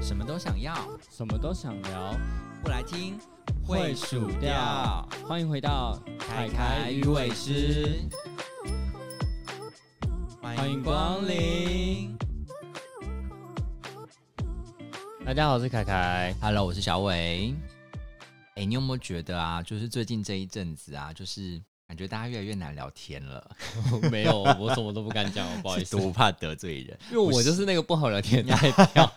什么都想要，什么都想聊，不来听会数掉。欢迎回到凯凯鱼尾狮，欢迎光临。大家好，我是凯凯。 Hello，我是小伟。哎、你有没有觉得啊，就是最近这一阵子啊，就是感觉大家越来越难聊天了， 没有，我什么都不敢 讲，不好意是 思，多怕得罪人。因为我就是那个不好聊天 的代表。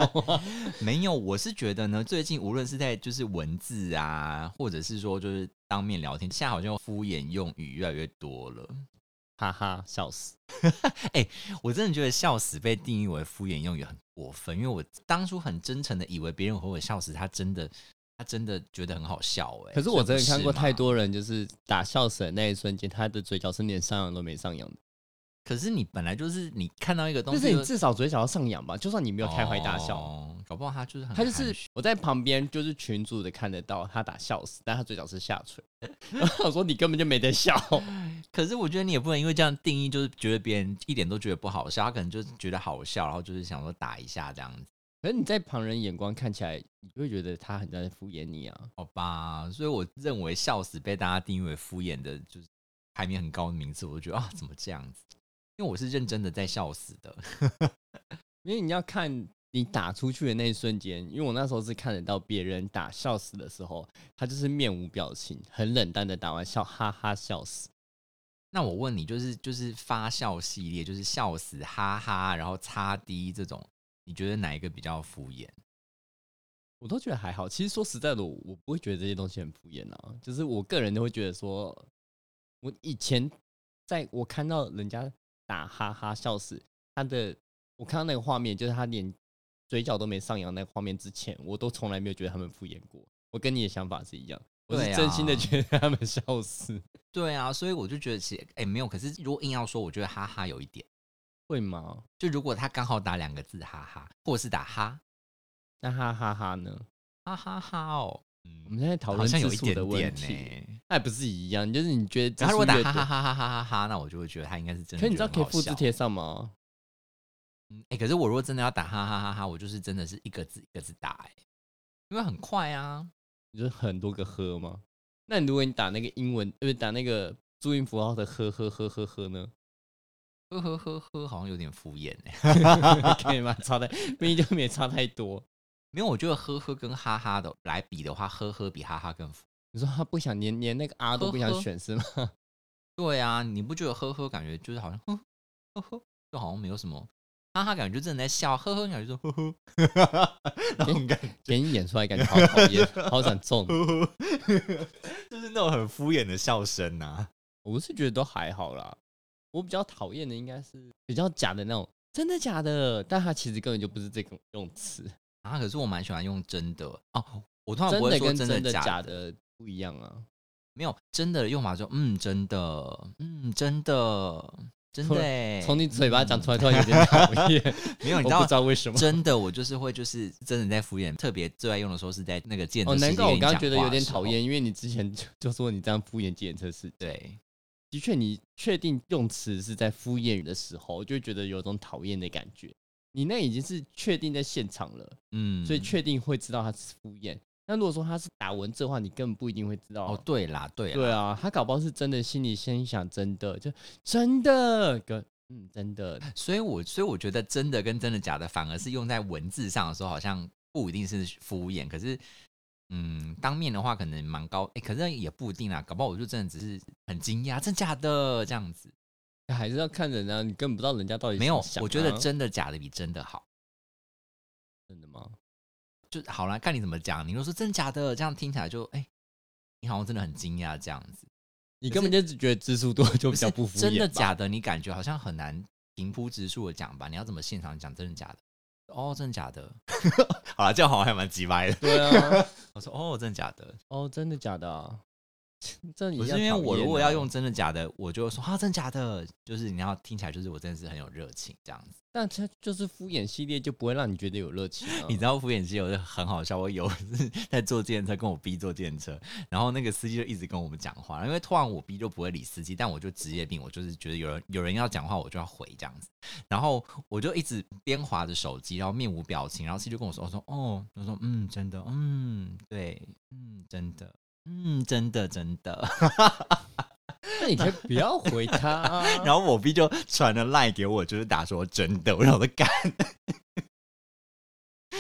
没有，我是觉得呢，最近无论是在就是文字啊，或者是说就是当面聊天，现在好像敷衍用语越来越多了。哈哈，笑死！我真的觉得笑死被定义为敷衍用语很过分，因为我当初很真诚的以为别人回我笑死，他真的他真的觉得很好笑哎、可是我真的看过太所以不是嘛。多人，就是打笑死的那一瞬间，他的嘴角是连上扬都没上扬的。可是你本来就是你看到一个东但西是就，你至少嘴角要上扬吧，就算你没有开怀大笑，哦搞不好他就是很他就含 是蓄我在旁边，就是群主的看得到他打笑死，但他嘴角是下垂。 然后我说你根本就没得笑，可是我觉得你也不能因为这样定义，就是觉得别人一点都觉得不好笑，他可能就是觉得好笑，然后就是想说打一下这样子，可是你在旁人眼光看起来，你就会觉得他很在敷衍你啊。好吧？所以我认为笑死被大家定义为敷衍的，就是排名很高的名字，我就觉得啊，怎么这样子？因为我是认真的在笑死的。因为你要看你打出去的那一瞬间，因为我那时候是看得到别人打笑死的时候，他就是面无表情，很冷淡的打完笑，哈哈笑死。那我问你，就是就是发笑系列，就是笑死哈哈，然后擦滴这种，你觉得哪一个比较敷衍？我都觉得还好。其实说实在的，我我不会觉得这些东西很敷衍啊，就是我个人都会觉得说，我以前在我看到人家打哈哈笑死，他的我看到那个画面，就是他连嘴角都没上扬那个画面之前，我都从来没有觉得他们敷衍过。我跟你的想法是一样，我对是啊真心的觉得他们笑死，对啊，所以我就觉得其实哎、没有，可是如果硬要说，我觉得哈哈有一点，会吗？就如果他刚好打两个字哈哈，或是打哈那哈哈哈呢？哈哈哈哦，我们现在讨好论像字有一数的点问点题，呢、那也不是一样，就是你觉得然后如果字打数越哈多哈哈哈哈哈哈，那我就会觉得他应该是真的。可你知道可以复制哎、贴上吗？嗯哎可是我如果真的要打哈哈哈哈，我就是真的是一个字一个字打、哎，因为很快啊。就是很多个呵吗？那如果你打那个英文，呃，打那个注音符号的呵呵呵呵呵呢，呵呵呵呵，好像有点敷衍哎、可以吗？差太，明明就没差太多。没有，我觉得呵呵跟哈哈的来比的话，呵呵比哈哈更敷。你说他不想连连那个 R 都不想呵呵选是吗？对啊，你不觉得呵呵感觉就是好像呵呵呵，就好像没有什么哈哈，感觉就真的在笑，呵呵感觉就呵呵， 那种 感觉。 给你演出来感觉好讨厌，好想中。就是那种很敷衍的笑声啊呐、我是觉得都还好啦。我比较讨厌的应该是比较假的那种，真的假的？但他其实根本就不是这种用词，啊。可是我蛮喜欢用真的哦，我通常真不会的说跟真真假假的不一样啊。没有真的的用法就嗯真的，嗯真的，真的从欸从你嘴巴讲出来，嗯突然有点讨厌， 没有，我你不知知道。道为什 么。真的，我就是会，就是真的在敷衍。特别最爱用的时候是在那个建哦，设难司机怪跟我你刚讲话的时候。刚觉得有点讨厌，因为你之前就就说你这样敷衍检测是，对，的确你确定用词是在敷衍的时候，就会觉得有种讨厌的感觉。你那已经是确定在现场了，嗯，所以确定会知道他是敷衍。那如果说他是打文字的话，你根本不一定会知道。哦，对啦，对啦，对啊，他搞不好是真的心里先想真的，就真的跟嗯真的，所以我所以我觉得真的跟真的假的，反而是用在文字上的时候，好像不一定是敷衍，可是。嗯，当面的话可能蛮高，哎、可是也不一定啦，搞不好我就真的只是很惊讶，真假的这样子。还是要看人啊，你根本不知道人家到底没有怎么想，啊我觉得真的假的比真的好，真的吗？就好啦，看你怎么讲。你如果说真假的，这样听起来就哎、你好像真的很惊讶这样子。你根本就只觉得字数多 就不比是较不敷衍吧，真的假的，你感觉好像很难平铺直述的讲吧？你要怎么现场讲真的假的？哦，真的假的？ 好了，这样好像还蛮鸡掰的。 对啊，我说哦，真的假的？哦，真的假的啊？这也不是要因为讨我如厌果啊要用真的假的，我就会说啊真的假的，就是你要听起来就是我真的是很有热情这样子。但它就是敷衍系列，就不会让你觉得有热情、啊。你知道敷衍机有的很好笑，我有 在坐电车，跟我 B 坐电车，然后那个司机就一直跟我们讲话，因为突然我 B 就不会理司机，但我就职业病，我就是觉得有人有人要讲话，我就要回这样子，然后我就一直边划着手机，然后面无表情，然后司机就跟我说，我说哦，我说嗯，真的，嗯，对，嗯，真的，嗯，真的，真的， 那你可以不要回他、啊。然后我 B 就传了赖给我，就是打说真的，我让我干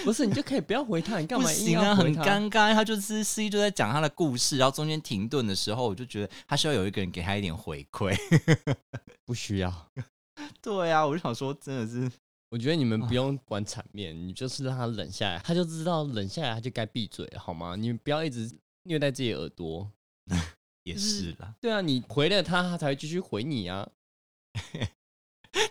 不是，你就可以不要回他，你干不嘛硬行要啊，回很他？尴尬。他就是司机就在讲他的故事，然后中间停顿的时候，我就觉得他需要有一个人给他一点回 馈。不需要。对啊，我就想说，真的是我觉得你们不用管场面，你就是让他冷下来，他就知道冷下来，他就该闭嘴了，好吗？你们不要一直虐待自己的耳朵。也是啦。对啊，你回了他，他才会继续回你啊。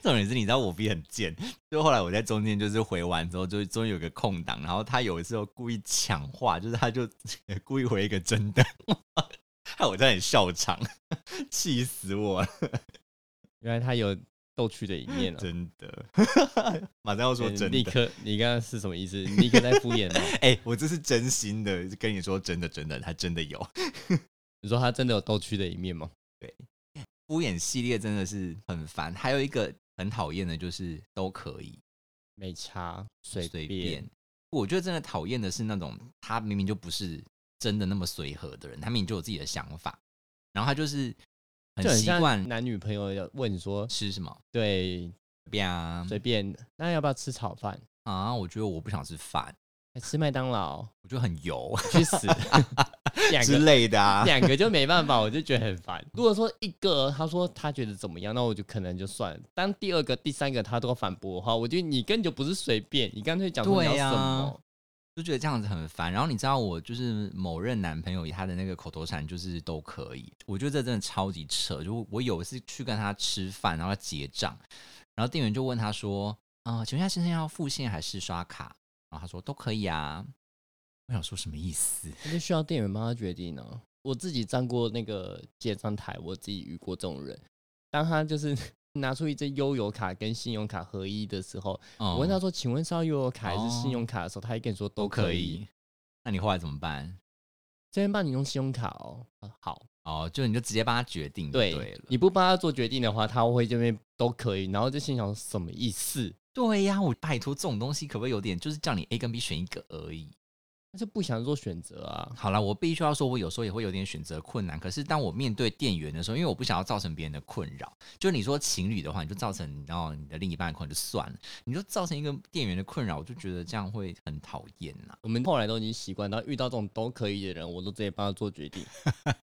重点是，你知道我 B 很贱，就后来我在中间就是回完之后，就终于有个空档，然后他有一次又故意抢话，就是他就故意回一个真的， 害我在很笑场， 气死我了，原来他有逗趣的一面 啊。真的。马上要说嗯真立的，刻，你刚刚是什么意思？你立刻在敷衍哦 吗？哎、我这是真心的跟你说，真的真的，他真的有。你说他真的有逗趣的一面吗？敷衍系列真的是很烦。还有一个很讨厌的就是都可以没差，随随便。便。我觉得真的讨厌的是那种他明明就不是真的那么随和的人，他明明就有自己的想法，然后他就是就很很习像惯男女朋友要问你说，吃什么对，呀随便，那要不要吃炒饭？啊，我觉得我不想吃饭，哎吃麦当劳？我觉得很油 去死！两之个类的啊。两个就没办法，我就觉 得很烦。如果说一个他说他觉得怎么样，那我就可能就算了。当第二个、第三个他都反驳的话，我觉得你根本就不是随便，你干脆讲说你要对呀啊什么。就觉得这样子很烦。然后你知道我就是某任男朋友，他的那个口头禅就是都可以，我觉得这真的超级扯。就我有一次去跟他吃饭，然后要结账，然后店员就问他说：“啊、请问一下先生要付现还是刷卡？”然后他说：“都可以啊。”我想说什么意思？那就需要店员帮他决定呢、我自己站过那个结账台，我自己遇过这种人。当他就是 拿出一张悠游卡跟信用卡合一的时候，嗯我问他说：“请问是要悠游卡还是信哦用卡？”的时候，他还跟你说都都可以。。那你后来怎么办？这边帮你用信用卡哦。啊好，哦，就你就直接帮他决定就对，嗯对了。你不帮他做决定的话，他会这边都可以，然后就心想什么意思？对呀、我拜托这种东西可不可以有点，就是叫你 A 跟 B 选一个而已。他就不想做选择啊。好了，我必须要说，我有时候也会有点选择困难。可是当我面对店员的时候，因为我不想要造成别人的困扰，就你说情侣的话，你就造成然后你的另一半的困扰就算了，你就造成一个店员的困扰，我就觉得这样会很讨厌呐。我们后来都已经习惯到遇到这种都可以的人，我都直接帮他做决 定。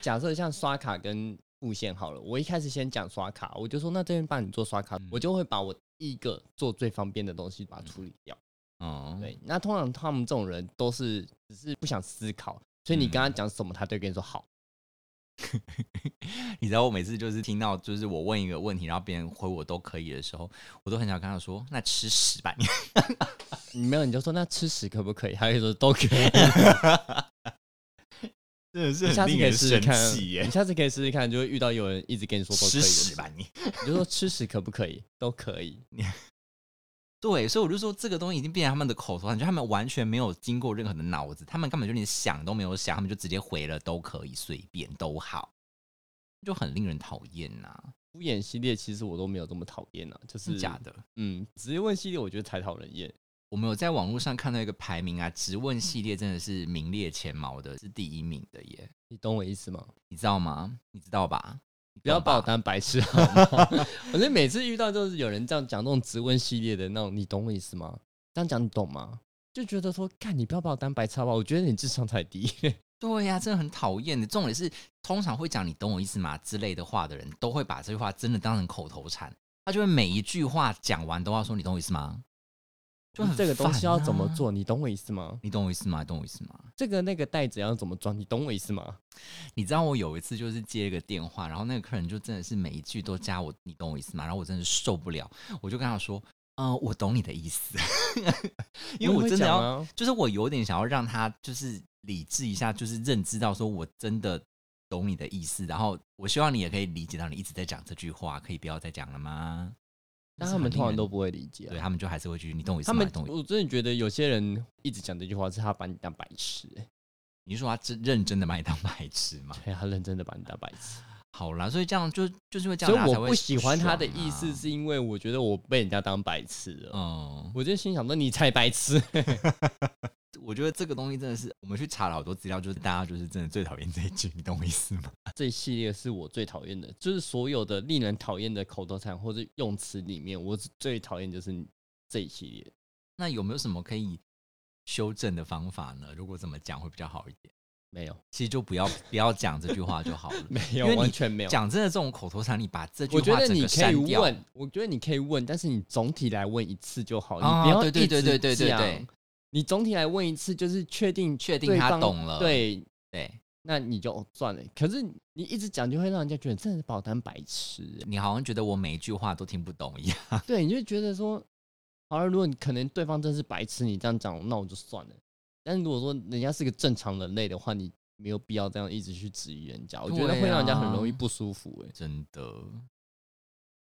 假设像刷卡跟付现好了，我一开始先讲刷卡，我就说那这边帮你做刷嗯卡，我就会把我第一个做最方便的东西把它处理掉。嗯，，对，那通常他们这种人都是只是不想思考，所以你嗯跟他讲什么，他都会跟你说好。你知道我每次就是听到就是我问一个问题，然后别人回我都可以的时候，我都很想跟他说，那吃屎吧你。你没有你就说那吃屎可不可以？他会说都可 以。真的是你下次可以试试看啊，你耶！下次可以试试看，就会遇到有人一直跟你说都可吃以的屎事，吧你。你就说吃屎可不可以？都可以。对，所以我就说这个东西已经变成他们的口头禅，就他们完全没有经过任何的脑子，他们根本就连想都没有想，他们就直接回了都可以，随便都好，就很令人讨厌呐、敷衍系列其实我都没有这么讨厌啊，就是是假，的。嗯，直接问系列我觉得才讨人厌。我们有在网络上看到一个排名啊，直问系列真的是名列前茅的，是第一名的耶，你懂我意思吗？你知道吗？你知道吧？你不要懂吧把我当白痴好吗？ 我就每次遇到就是有人这样讲这种直问系列的那种，你懂我意思吗？这样讲你懂吗？就觉得说，看你不要把我当白痴好吧？我觉得你智商太低。对呀、真的很讨厌的。重点是，通常会讲“你懂我意思吗”之类的话的人，都会把这句话真的当成口头禅，他就会每一句话讲完都要说“你懂我意思吗”，就很、嗯啊 这个东西要怎么？做？你懂我意思吗？你懂我意思吗？懂我意思吗？这个那个袋子要怎么装？你懂我意思吗？你知道我有一次就是接一个电话，然后那个客人就真的是每一句都加我“你懂我意思吗”，然后我真的受不了，我就跟他说：“嗯、我懂你的意思。”因为我会真的讲要啊就是我有点想要让他就是理智一下，就是认知到说我真的懂你的意思，然后我希望你也可以理解到你一直在讲这句话，可以不要再讲了吗？但他们通常都不不会理解、对啊。他们就还是会去，你懂我意思他吗？们你懂我意思我真的觉得有些人一直讲这句话，是他把你当白痴、欸，你是说他真认真的把你当白痴吗？对他认真的把你当白痴。好啦，所以这样就就是会这样、所以啊，才我会不喜欢他的意爽思，啊是因为我觉得我被人家当白痴了。嗯，我就心想说你才白痴， 我觉得这个东西真的是，我们去查了好多资料，就是大家就是真的最讨厌这一句，你懂我意思吗？这一系列是我最讨厌的，就是所有的令人讨厌的口头禅或者用词里面，我最讨厌就是这一系列。那有没有什么可以修正的方法呢？如果怎么讲会比较好一点？没有，其实就不要不要讲这句话就好了。没因为有，你完全没有。讲真的，这种口头禅，你把这句我觉话得整你个可以删掉，问，我觉得你可以问，但是你总体来问一次就好，啊你不要对对一直对对对对讲对你总体来问一次，就是确定确定对他方懂了对，对那你就哦算了。可是你一直讲，就会让人家觉得真的是把我当白痴欸、你好像觉得我每一句话都听不懂一样。对，你就觉得说，好了，如果你可能对方真是白痴，你这样讲，那我就算了。但是如果说人家是个正常人类的话，你没有必要这样一直去质疑人家，我觉得对会让人家很啊容易不舒服、欸。真的。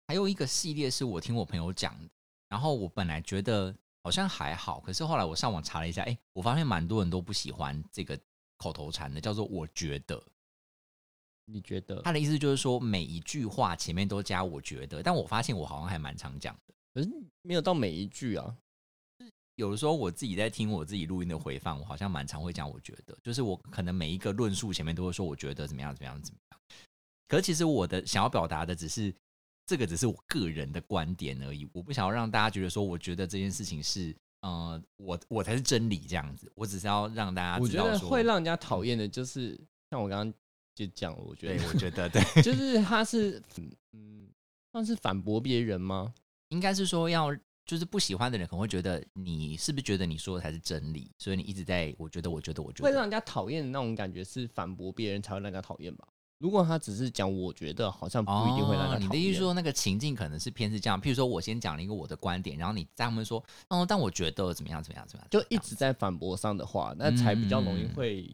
还有一个系列是我听我朋友讲的，然后我本来觉得好像还好，可是后来我上网查了一下，哎、我发现蛮多人都不喜欢这个口头禅的，叫做“我觉得你觉”。得？他的意思就是说每一句话前面都加“我觉得”，但我发现我好像还蛮常讲的。可是没有到每一句啊，有的时候我自己在听我自己录音的回放，我好像蛮常会讲“我觉得”，就是我可能每一个论述前面都会说“我觉得怎么样怎么样怎么样”，可是其实我的想要表达的只是这个，只是我个人的观点而已。我不想要让大家觉得说，我觉得这件事情是呃，我我才是真理这样子。我只是要让大家我知觉道得说嗯会让人家讨厌的，就是像我刚刚就讲了，我觉对，得 我觉得对，就是他是嗯嗯，算是反驳别人吗？应该是说要。就是不喜欢的人可能会觉得你是不是觉得你说的才是真理，所以你一直在我觉得我觉得我觉会让得，人家讨厌的那种感觉是反驳别人才会让人家讨厌吧？如果他只是讲，我觉得好像不一定会让哦人家讨你厌。的意思说那个情境可能是偏是这样，譬如说我先讲了一个我的观点，然后你再问说，哦，但我觉得怎么样怎么样怎么样，就一直在反驳上的话，那才比较嗯容易会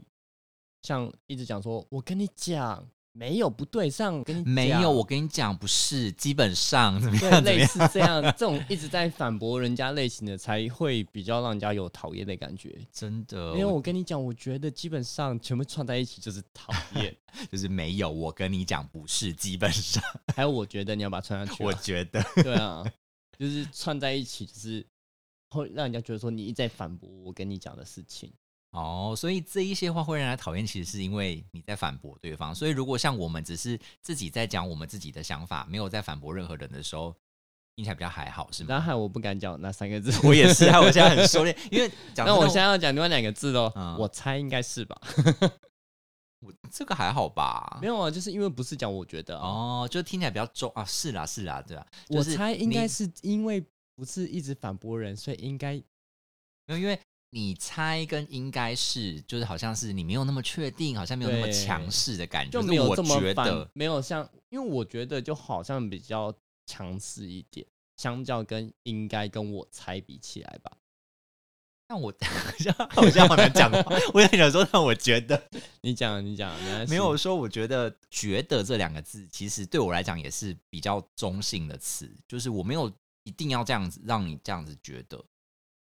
像一直讲说，我跟你讲没有不对上，跟你讲没有，我跟你讲不是，基本上怎么对样怎么类样，似这样 这种一直在反驳人家类型的，才会比较让人家有讨厌的感觉。真的，因为我跟你讲，我觉得基本上全部串在一起就是讨 厌，就是没有，我跟你讲不是，基本上还有我觉得你要把它串上去、我啊，觉得，对啊，就是串在一起，就是会让人家觉得说你一直在反驳我跟你讲的事情。哦，所以这一些话会让人讨厌，其实是因为你在反驳对方，所以如果像我们只是自己在讲我们自己的想法，没有在反驳任何人的时候，听起来比较还好，是然吗？后害我不敢讲那三个字，啊 我也是啊， 我现在很收敛，因为讲那真的我现在要讲另外两个字喽，嗯我猜应该是吧？我这个还好吧？没有啊，就是因为不是讲，我觉得啊，哦，就听起来比较重啊，是啦是啦，对啊，我就是猜应该你是因为不是一直反驳人，所以应该没有因为你猜跟应该是，就是好像是你没有那么确定，好像没有那么对强势的感觉，就是没有我这么觉反得，没有像，因为我觉得就好像比较强势一点，相较跟应该跟我猜比起来吧。但我 好 像好像好难讲话，我也想说，但我觉得你讲，你讲，没关没系有说，我觉得“觉得”这两个字，其实对我来讲也是比较中性的词，就是我没有一定要这样子让你这样子觉得，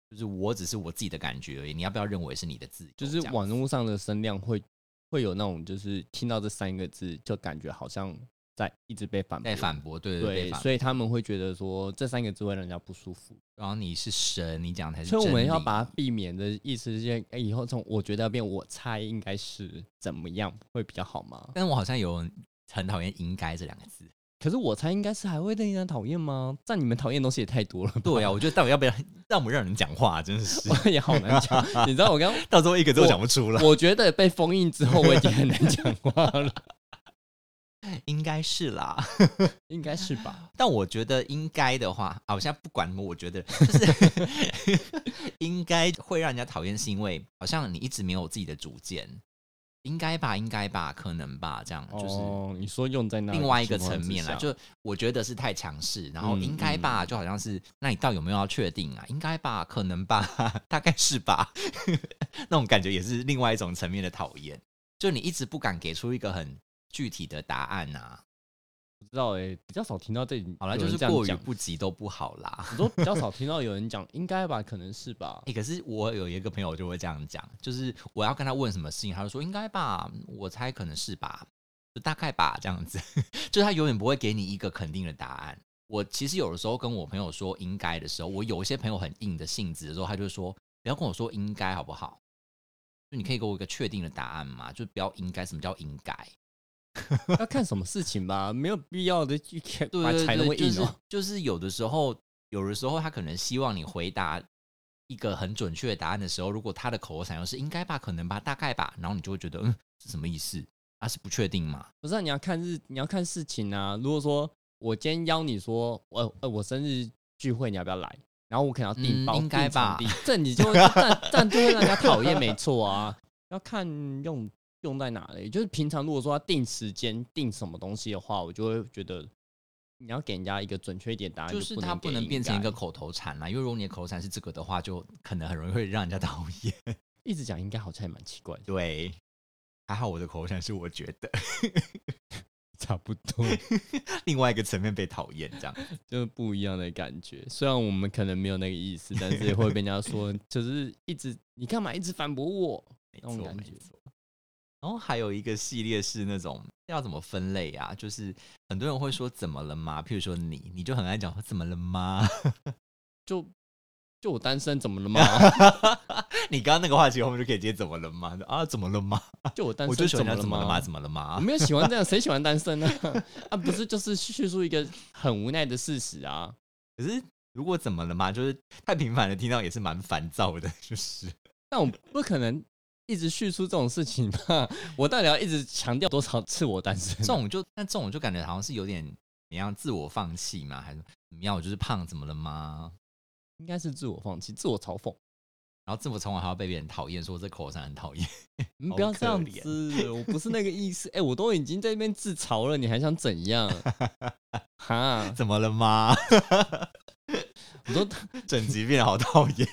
就是我只是我自己的感觉而已，你要不要认为是你的自由？就是这样网络上的声量会会有那种，就是听到这三个字就感觉好像在一直被反驳在，反驳，对对对，反所以他们会觉得说这三个字会让人家不舒服，然后你是神，你讲才是真所理，以我们要把它避免的意思是，哎、以后从我觉得要变，我猜应该是怎么样会比较好吗？但我好像有很讨厌“应该”这两个字。可是我猜应该是还会令人讨厌吗？但你们讨厌的东西也太多了吧，对啊，我觉得到底要不要让我们让人讲话，啊真的是我 也好 难讲。你知道我刚到时候一个字都讲不出来。我觉得被封印之后，我已经很难讲话了，应该是啦，应该是吧？但我觉得应该的话，啊，我现在不管我觉得就是 应该会让人家讨厌，是因为好像你一直没有自己的主见。应该吧，应该吧，可能吧，这样 就是。哦，你说用在那另外一个层面啦，了，就我觉得是太强势，然后嗯应该吧，就好像是那你到底有没有要确定啊？应该吧， 可 能吧，大概是吧，那种感觉也是另外一种层面的讨厌。就你一直不敢给出一个很具体的答案呐、啊不知道哎、比较少听到这里。好了，有就人是这样过于讲不及都不好啦。 我都比较少听到有人讲，应该吧，可能是吧。哎、可是我有一个朋友就会这样讲，就是我要跟他问什么事情，他就说应该吧，我猜可能是吧，就大概吧这样子，就是他永远不会给你一个肯定的答案。我其实有的时候跟我朋友说应该的时候，我有一些朋友很硬的性子的时候，他就会说不要跟我说应该好不好？就你可以给我一个确定的答案嘛，就不要应该，什么叫应该？ 要看什么事情吧，没有必要的去看对把对踩对，那么硬就是哦。 就是有的时候，有的时候他可能希望你回答一个很准确的答案的时候，如果他的口头禅又是应该吧、可能吧、大概吧，然后你就会觉得嗯是什么意思？啊是不确定嘛？不是、啊，你要看日，你要看事情啊。如果说我今天邀你说，呃呃，我生日聚会，你要不要来？然后我可能要订嗯包、应该订吧场地， 这你就会这样这样就会让人家讨厌，没错啊。要看用用在哪里，就是平常如果说要定时间、定什么东西的话，我就会觉得你要给人家一个准确一点答案，就是啊不它不不能变成一个口口头禅啦，因为如果你的口头禅是这个的话，就可能很容易会让人家 讨厌。一直讲，应该好像也蛮奇怪的， 对，还好我的口头禅是我觉得 差不多。 另外一个层面被讨厌这样。就是不一样的感觉。虽然我们可能没有那个意思，但是会被人家说，就是一直你干嘛一直反驳我？没那种错，感没觉错。然后还有一个系列是那种要怎么分类啊？就是很多人会说怎么了吗？譬如说你，你就很爱讲怎么了吗？ 就就我单身怎么了吗？你刚刚那个话题我们就可以接怎么了吗？啊，怎么了吗？就我单我身就喜欢怎么讲了怎么了吗？吗？嗯怎么了吗？我没有喜欢这样，谁喜欢单身呢？ 啊，不是，就是叙述一个很无奈的事实啊。可是如果怎么了吗？就是太频繁的听到也是蛮烦躁的，就是但我不可能一直叙述这种事情吧？ 我到底要一直强调多少次我单身 这？种就那这种就感觉好像是有点怎样自我放弃嘛，还是怎么样？我就是胖，怎么了吗？应该是自我放弃、自我嘲讽。然后这么从来还要被别人讨厌，说这口头禅很讨厌。 你好不要这可样怜子，我不是那个意 思。哎、我都已经在那边自嘲了，你还想怎样？ 哈，怎么了吗？我说整集变得好讨厌。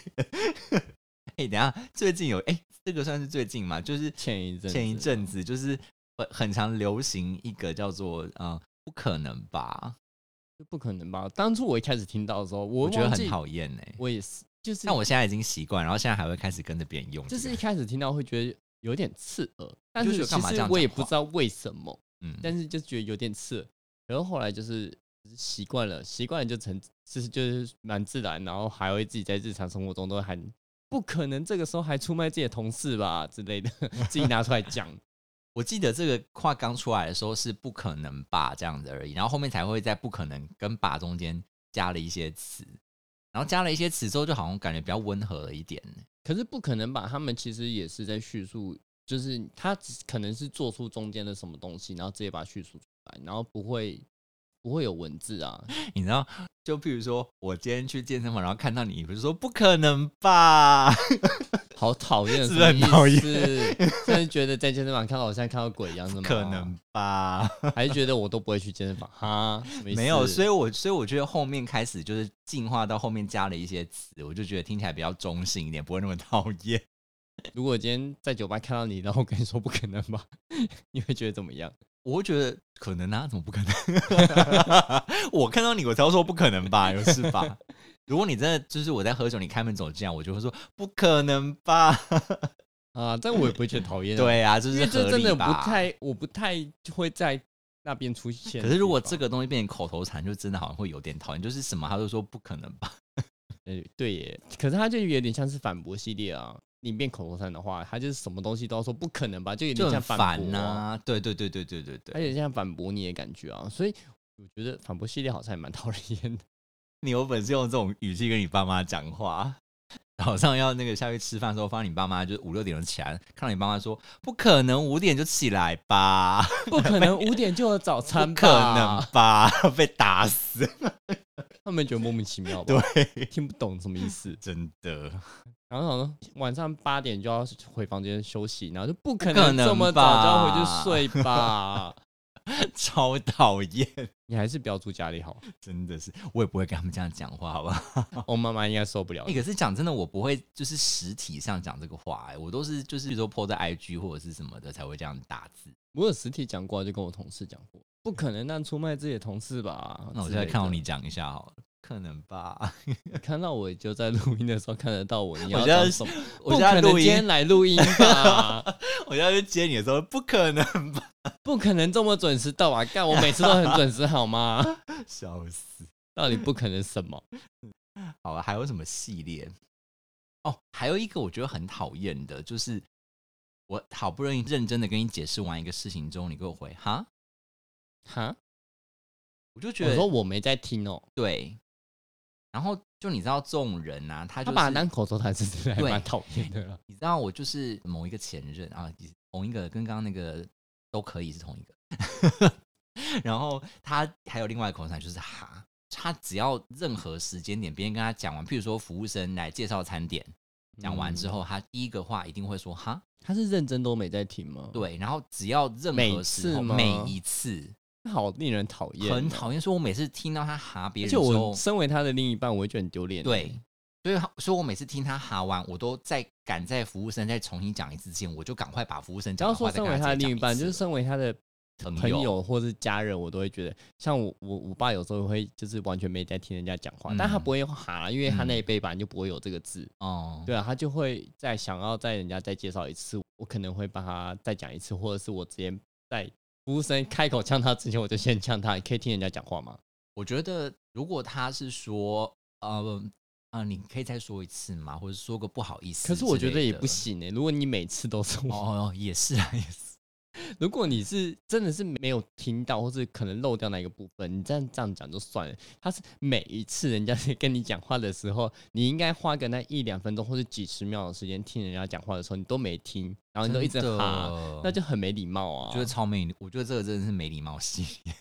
哎、等一下，最近有哎、这个算是最近嘛？就是前一阵子前一阵子，就是很很常流行一个叫做嗯、呃不可能吧？不可能吧？当初我一开始听到的时候，我我觉得忘记很，讨厌哎。我也是，就是但我现在已经习惯，然后现在还会开始跟着别人用这就个、是一开始听到会觉得有点刺耳，但就是是其干嘛这实样我也讲不话知道为什么，嗯，但是就觉得有点刺耳。然后后来就是习惯了，习惯了就成，其实就是蛮自然，然后还会自己在日常生活中都会喊。不可能，这个时候还出卖自己的同事吧之类的， 自己拿出来讲。我记得这个话刚出来的时候是不可能吧这样子而已，然后后面才会在不可能跟吧中间加了一些词，然后加了一些词之后，就好像感觉比较温和了一点。可是不可能吧？他们其实也是在叙述，就是他只可能是做出中间的什么东西，然后直接把它叙述出来，然后不会不会有文字啊。你知道，就譬如说，我今天去健身房，然后看到你，我就说不可能吧？ 好讨厌，是不是很讨厌是，现在觉得在健身房看到我现在看到鬼一样，是吗？可能，吧？还是觉得我都不会去健身房哈？什么意思没有，所以以我所以我觉得后面开始就是进化到后面加了一些词，我就觉得听起来比较中性一点，不会那么讨厌。如果今天在酒吧看到你，然后我跟你说不可能吧， 你会觉得怎么样？我会觉得可能啊，怎么不可能？ 我看到你，我才会说不可能吧，有事吧？ 如果你真的就是我在喝酒，你开门走进来，我就会说不可能吧？啊，但我也不会觉得讨厌、啊。对啊，就因是为这合真的理不吧太，我不太会在那边出现。可是如果这个，个东西变成口头禅，就真的好像会有点讨厌。就是什么，他就说不可能 吧？呃，对耶，可是他就有点像是反驳系列啊。你变口头禅的话，他就是什么东西都要说不可能吧，就有就点像很反烦驳啊哎呐、，对对对对对对而对，且像反驳你的感觉啊。所以我觉得反驳系列好像也蛮讨人厌的。你有本事用这种语气跟你爸妈讲话。早上要那个下去吃饭的时候，发现你爸妈就是五六点钟起来，看到你爸妈说不可能五点就起来吧， 不可能五点就有早不餐吧？可能吧， 被打死。他们觉得莫名其 妙吧？对，听不懂什么意思。真的 然后想说晚上八点就要回房间休息，然后就不可可能这能么早就要回去睡吧？ 超讨厌，你还是不要住家里 好。真的是，我也不会跟他们这样讲话，好不好？我妈妈应该受不了哎、。可是讲真的，我不会就是实体上讲这个话、哎，我都是就是比如说 po 在 IG 或者是什么的才会这样打字。我有实体讲过啊，就跟我同事讲过，不可能让出卖自己的同事吧？那我之就来类的看到你讲一下好了，可能吧。看到我就在录音的时候看得到我，你我觉要得讲什么？我现在不可能录今音天，来录音吧，我现在去接你的时候，不可 能吧？不可能这么准时到啊！干，我每次都很准时好吗？ 笑死！到底不可能什么？好吧，还有什么系列？哦，还有一个我觉得很讨厌的，就是我好不容易认真的跟你解释完一个事情之后，你给我回哈，哈？我就觉我得说我没在听哦，对。然后就你知道这种人啊，他就他是把它当口头禅，真的还对蛮讨厌的啦。你知道我就是某一个前任啊，同一个跟刚刚那个都可以是同一个。 然后他还有另外一个口头禅就是哈，他只要任何时间点别人跟他讲完，譬如说服务生来介绍餐点，讲完之嗯，后，他第一个话一定会说哈，他是认真都没在听吗？，对。然后只要任何时候，哦每次吗每一次好令人讨厌，很讨厌，所以我每次听到他哈别而人且的时候我，身为他的另一半，我会觉得很丢脸。欸对，所以他所以我每次听他哈完，我都在赶在服务生再重新讲一次之前，我就赶快把服务生只讲要的话说再身跟为他的再讲另一一半，次就是了身为他的朋朋友友或是家人，我都会觉得，像我我我爸有时候会就是完全没在听人家讲话，嗯但他不会用哈，因为他那一辈版就不会有这个字，哦，对啊，他就会再想要再人家再介绍一次，我可能会帮他再讲一次，或者是我直接在服务生开口呛他之前，我就先呛他，可以听人家讲话吗？我觉得如果他是说呃啊，你可以再说一次吗？或者说个不好意思之可类的，是我觉得也不行哎、如果你每次都是我，哦，也是啊，也是。如果你是真的是没有听到，或是可能漏掉哪一个部分，你这样这样讲就算了。他是每一次人家在跟你讲话的时候，你应该花个那一两分钟或是几十秒的时间听人家讲话的时候，你都没听，然 后你都一直真的哈，那就很没礼貌啊。我觉得超没礼，我觉得这个真的是没礼貌系列。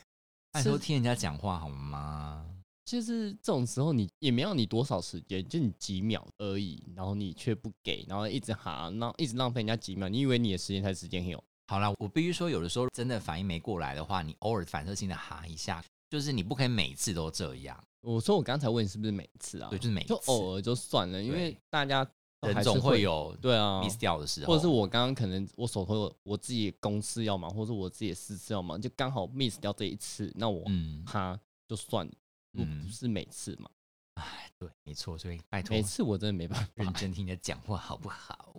按是说听人家讲话好吗？就是这种时候，你也没要你多少时间，就你几秒而已，然后你却不给，然后一直哈，浪一直浪费人家几秒，你以为你的时间才是时间有？好啦，我必须说，有的时候真的反应没过来的话，你偶尔反射性的哈一下，就是你不可以每次都这样。我说我刚才问你是不是每次啊？对就是每就一次偶尔就算了，因为对大家都还人是总会有对啊 miss 掉的时候，或者是我刚刚可能我手头有我自己公司要忙，或者是我自己的私事要忙，就刚好 miss 掉这一次，那我嗯，哈就算了，我嗯不是每次嘛，哎，对，没错，所以拜托每次我真的没办 认法。真听你讲话好不好？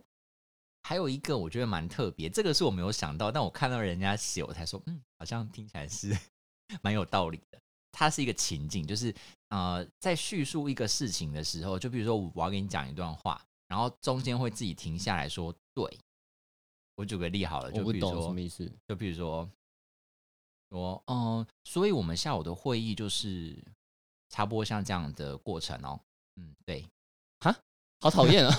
还有一个我觉得蛮特别，这个是我没有想到，但我看到人家写，我才说，嗯，好像听起来是 蛮有道理的。它是一个情境，就是呃，在叙述一个事情的时候，就比如说我要跟你讲一段话，然后中间会自己停下来说，对。我举个例好了，我就不比如懂什说么，意思，就比如说，说，嗯、所以我们下午的会议就是差不多像这样的过程哦。嗯，对，好 讨厌啊！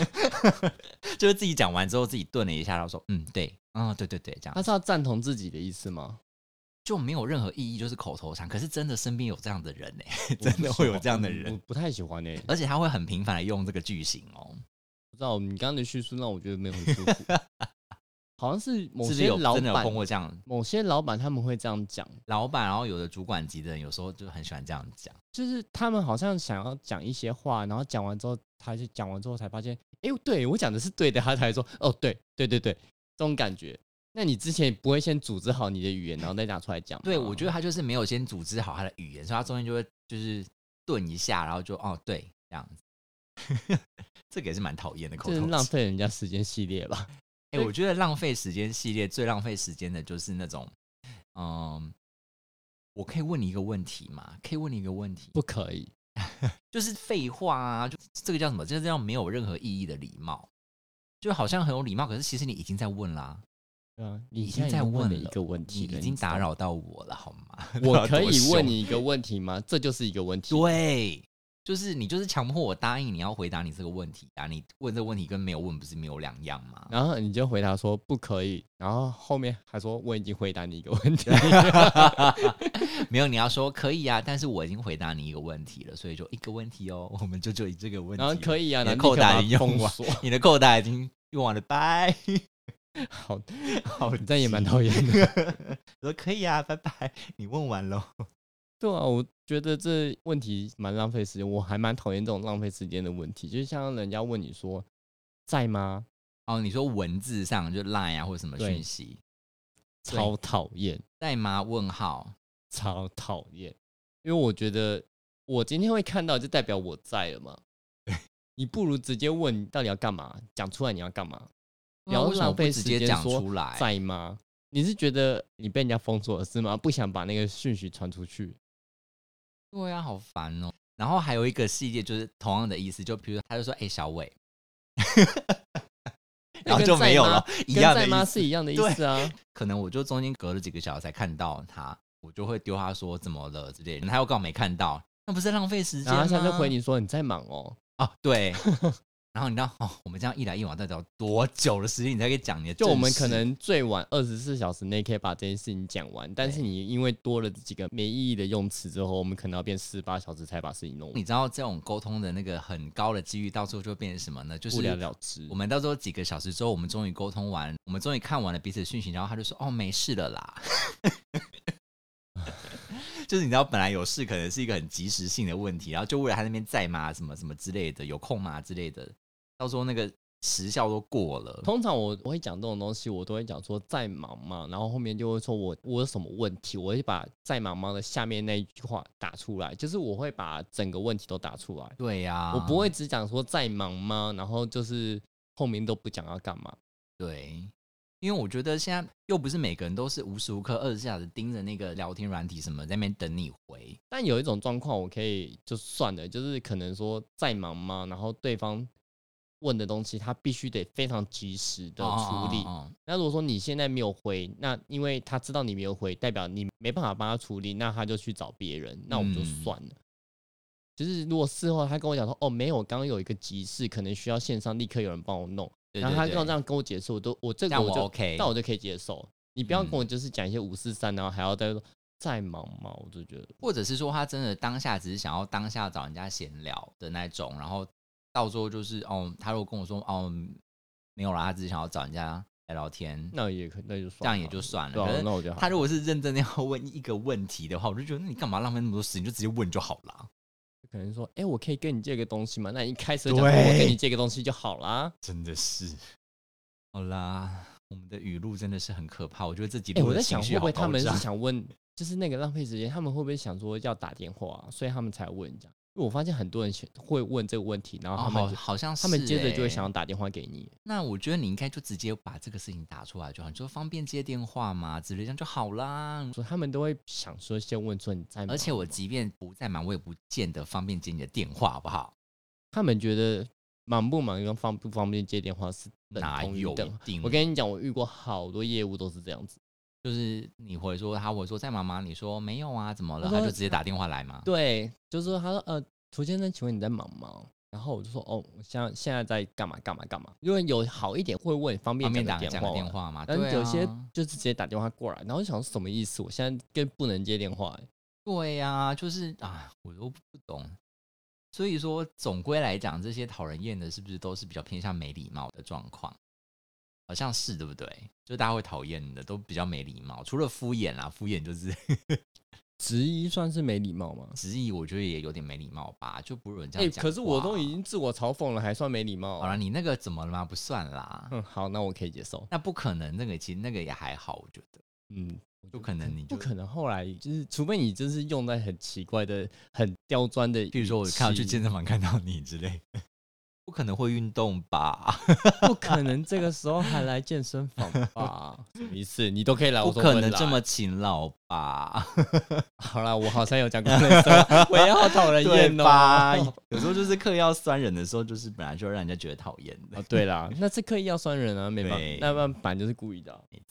就是自己讲完之后自己顿了一下，然后说嗯对，嗯对对对，这他样是要赞同自己的意思 吗？就没有任何意义，就是口头禅。可是真的身边有这样的人呢、我不真的会有这样的喜欢嗯我人，不太喜 欢诶、而且他会很频繁的用这个句型哦。不知道你刚刚的叙述让我觉得没有很舒 服，好像是某是不是些有老真的有板碰，过这样某些老板他们会这样讲，老板，然后有的主管级的人有时候就很喜欢这样讲。就是他们好像想要讲一些话，然后讲完之后，他就讲完之后才发现，哎、对我讲的是对的，他才说，哦，对对对对，这种感觉。那你之前不会先组织好你的语言，然后再拿出来讲吗？对，我觉得他就是没有先组织好他的语言，所以他中间就会就是顿一下，然后就哦对这样子。 这个也是蛮讨厌的口这是头浪禅。费人家时间系列吧。哎、我觉得浪费时间系列最浪费时间的就是那种，嗯，我可以问你一个问题吗？可以问你一个问题，不可以，就是废话啊，就这个叫什么？这个叫没有任何意义的礼貌，就好像很有礼貌，可是其实你已经在问啦，对啊，你已现经在已在经问问了了一个问你题了，已经你知道打吗。扰到我了，好吗？ 我可以问多凶，你一个问题吗？这就是一个问题。对，就是你就是强迫我答应你要回答你这个问题啊，你问这个问题跟没有问不是没有两样吗？然后你就回答说不可以，然后后面还说我已经回答你一个问题，没有，你要说可以啊，但是我已经回答你一个问题了，所以就一个问题哦，我们就就以这个问题然后了。可以啊，你的然后扣立刻打把已它经用封完锁。你的扣打已经用完了，拜。 好，好你这样也蛮讨厌的。 我说可以啊，拜拜，你问完喽。对啊，我觉得这问题蛮浪费时间，我还蛮讨厌这种浪费时间的问题。就是像人家问你说在吗，哦，你说文字上就 Line 啊或者什么对讯息，对超讨厌，在吗？问号，超讨厌。因为我觉得我今天会看到，就代表我在了嘛。你不如直接问你到底要干嘛，讲出来你要干嘛，不要为什么浪不费直时接间讲说出来。在吗？你是觉得你被人家封锁了是吗？不想把那个讯息传出去？对啊，好烦哦。然后还有一个系列就是同样的意思，就比如他就说：“哎、小 伟。”然后就没有了，一跟样的在吗意是思。一样的意对思啊。可能我就中间隔了几个小时才看到他，我就会丢他说怎么了之类的，他又刚好没看到，那不是浪费时间然吗？后他就回你说你在忙哦，哦，对。然后你知道哦，我们这样一来一往，到底要多久的时间你才可以讲你的正就事？我们可能最晚二十四小时内可以把这件事情讲完，但是你因为多了几个没意义的用词之后，我们可能要变十八小时才把事情弄完你，知道这种沟通的那个很高的机遇，到最后就会变成什么呢？就是不了了之我。们到时候几个小时之后，我们终于沟通完，我们终于看完了彼此的讯息，然后他就说：“哦，没事了啦。” 就是你知道，本来有事可能是一个很及时性的问题，然后就为了他那边在吗？什么什么之类的，有空吗之类的，到时候那个时效都过了。通常我我会讲这种东西，我都会讲说在忙嘛，然后后面就会说我我有什么问题，我会把在忙忙的下面那一句话打出来，就是我会把整个问题都打出来，对呀、我不会只讲说在忙吗，然后就是后面都不讲要干嘛。对，因为我觉得现在又不是每个人都是无时无刻二十四小时盯着那个聊天软体什么在那边等你回。但有一种状况，我可以就算了，就是可能说在忙嘛，然后对方问的东西，他必须得非常及时的处理。哦那如果说你现在没有回，那因为他知道你没有回，代表你没办法帮他处理，那他就去找别人，那我们就嗯算了。就是如果事后他跟我讲说，哦，没有，我刚刚有一个急事，可能需要线上立刻有人帮我弄，对然后他对跟我对这样跟我解释，我都我这这个样我我就 OK，那我就可以接受。你不要嗯跟我就是讲一些五四三，然后还要再说再忙嘛，我就觉得。或者是说他真的当下只是想要当下找人家闲聊的那种，然后到时候就是哦，他如果跟我说哦没有啦，他只是想要找人家来聊天，那也可，那就算这样也了就算了。对啊可是那我觉得好他如果是认真的要问一个问题的话，我就觉得那你干嘛浪费那么多时间，你就直接问就好啦。可能说，哎、我可以跟你借个东西吗？那你一开始就讲说对我跟你借个东西就好啦。真的是，好啦，我们的语录真的是很可怕。我觉得这几哎、录我的在想情绪啊会不好会他高们是 涨。想问，就是那个浪费时间，他们会不会想说要打电话、所以他们才问这样？因为我发现很多人选会问这个问题，然哦，后他们好就、好像是、他们接着就会欸想要打电话给你。那我觉得你应该就直接把这个事情打出来就好，你说方便接电话嘛，之类这样就好啦。说他们都会想说先问说你在忙而且我吗即便不在忙，我也不见得方便接你的电话，好不好？他们觉得忙不忙跟方不方便接电话是等哪同于有等一。定？我跟你讲，我遇过好多业务都是这样子。就是你回说他，我说在忙吗？你说没有啊，怎么了？他说他就直接打电话来嘛。对，就是说他说呃，涂先生，请问你在忙吗？然后我就说哦，我现在现在在干嘛干嘛干嘛。如果有好一点会问，方便方便讲打个讲电个话电嘛。话嘛？但对啊，是有些就是直接打电话过来，然后我想说什么意思？我现在更不能接电话、欸对呀、就是啊，我都不懂。所以说，总归来讲，这些讨人厌的，是不是都是比较偏向没礼貌的状况？好像是对不对？就大家会讨厌的，都比较没礼貌，除了敷衍啦，敷衍就是 质疑算是没礼貌吗？直译，我觉得也有点没礼貌吧，就不如人这哎、样讲话、可是我都已经自我嘲讽了，还算没礼貌、啊好了，，你那个怎么了吗？不算啦，嗯，好，那我可以接受。那不可能，那个其实那个也还好，我觉得嗯，不可能你就不可能后来就是，除非你真是用在很奇怪的、很刁钻的语气，比如说我看到去健身房看到你之类， 不可能会运动吧？不可能这个时候还来健身房吧？ 什么意思？你都可以来，不我都可会能这来么勤劳吧？好啦，我好像有讲过类似 的，我也好讨人 对厌哦。吧？ 有时候就是刻意要酸人的时候，就是本来就让人家觉得讨厌的哦，。对啦，那是刻意要酸人啊，没办法对，那办法就是故意的啊、没错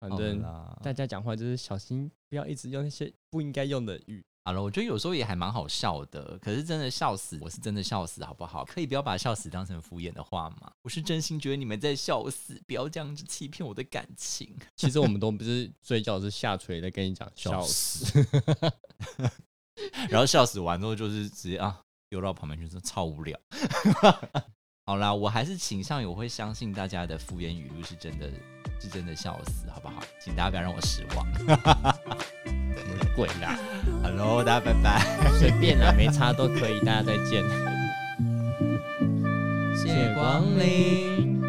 反好正啦大家讲话就是小心，不要一直用那些不应该用的语。好了，我觉得有时候也还蛮好笑的，可是真的笑死，我是真的笑死，好不好？可以不要把笑死当成敷衍的话吗？我是真心觉得你们在笑死，不要这样子欺骗我的感情。其实我们都不是嘴角是下垂的，跟你讲笑死。死， 然后笑死完之后就是直接啊丢到旁边去说超无聊。 好啦，我还是倾向于我会相信大家的敷衍语录是真的，是真的笑死，好不好？请大家不要让我失 望。鬼啦， h e 大家拜拜。随便啦，没差都可以，大家再见。谢谢光临。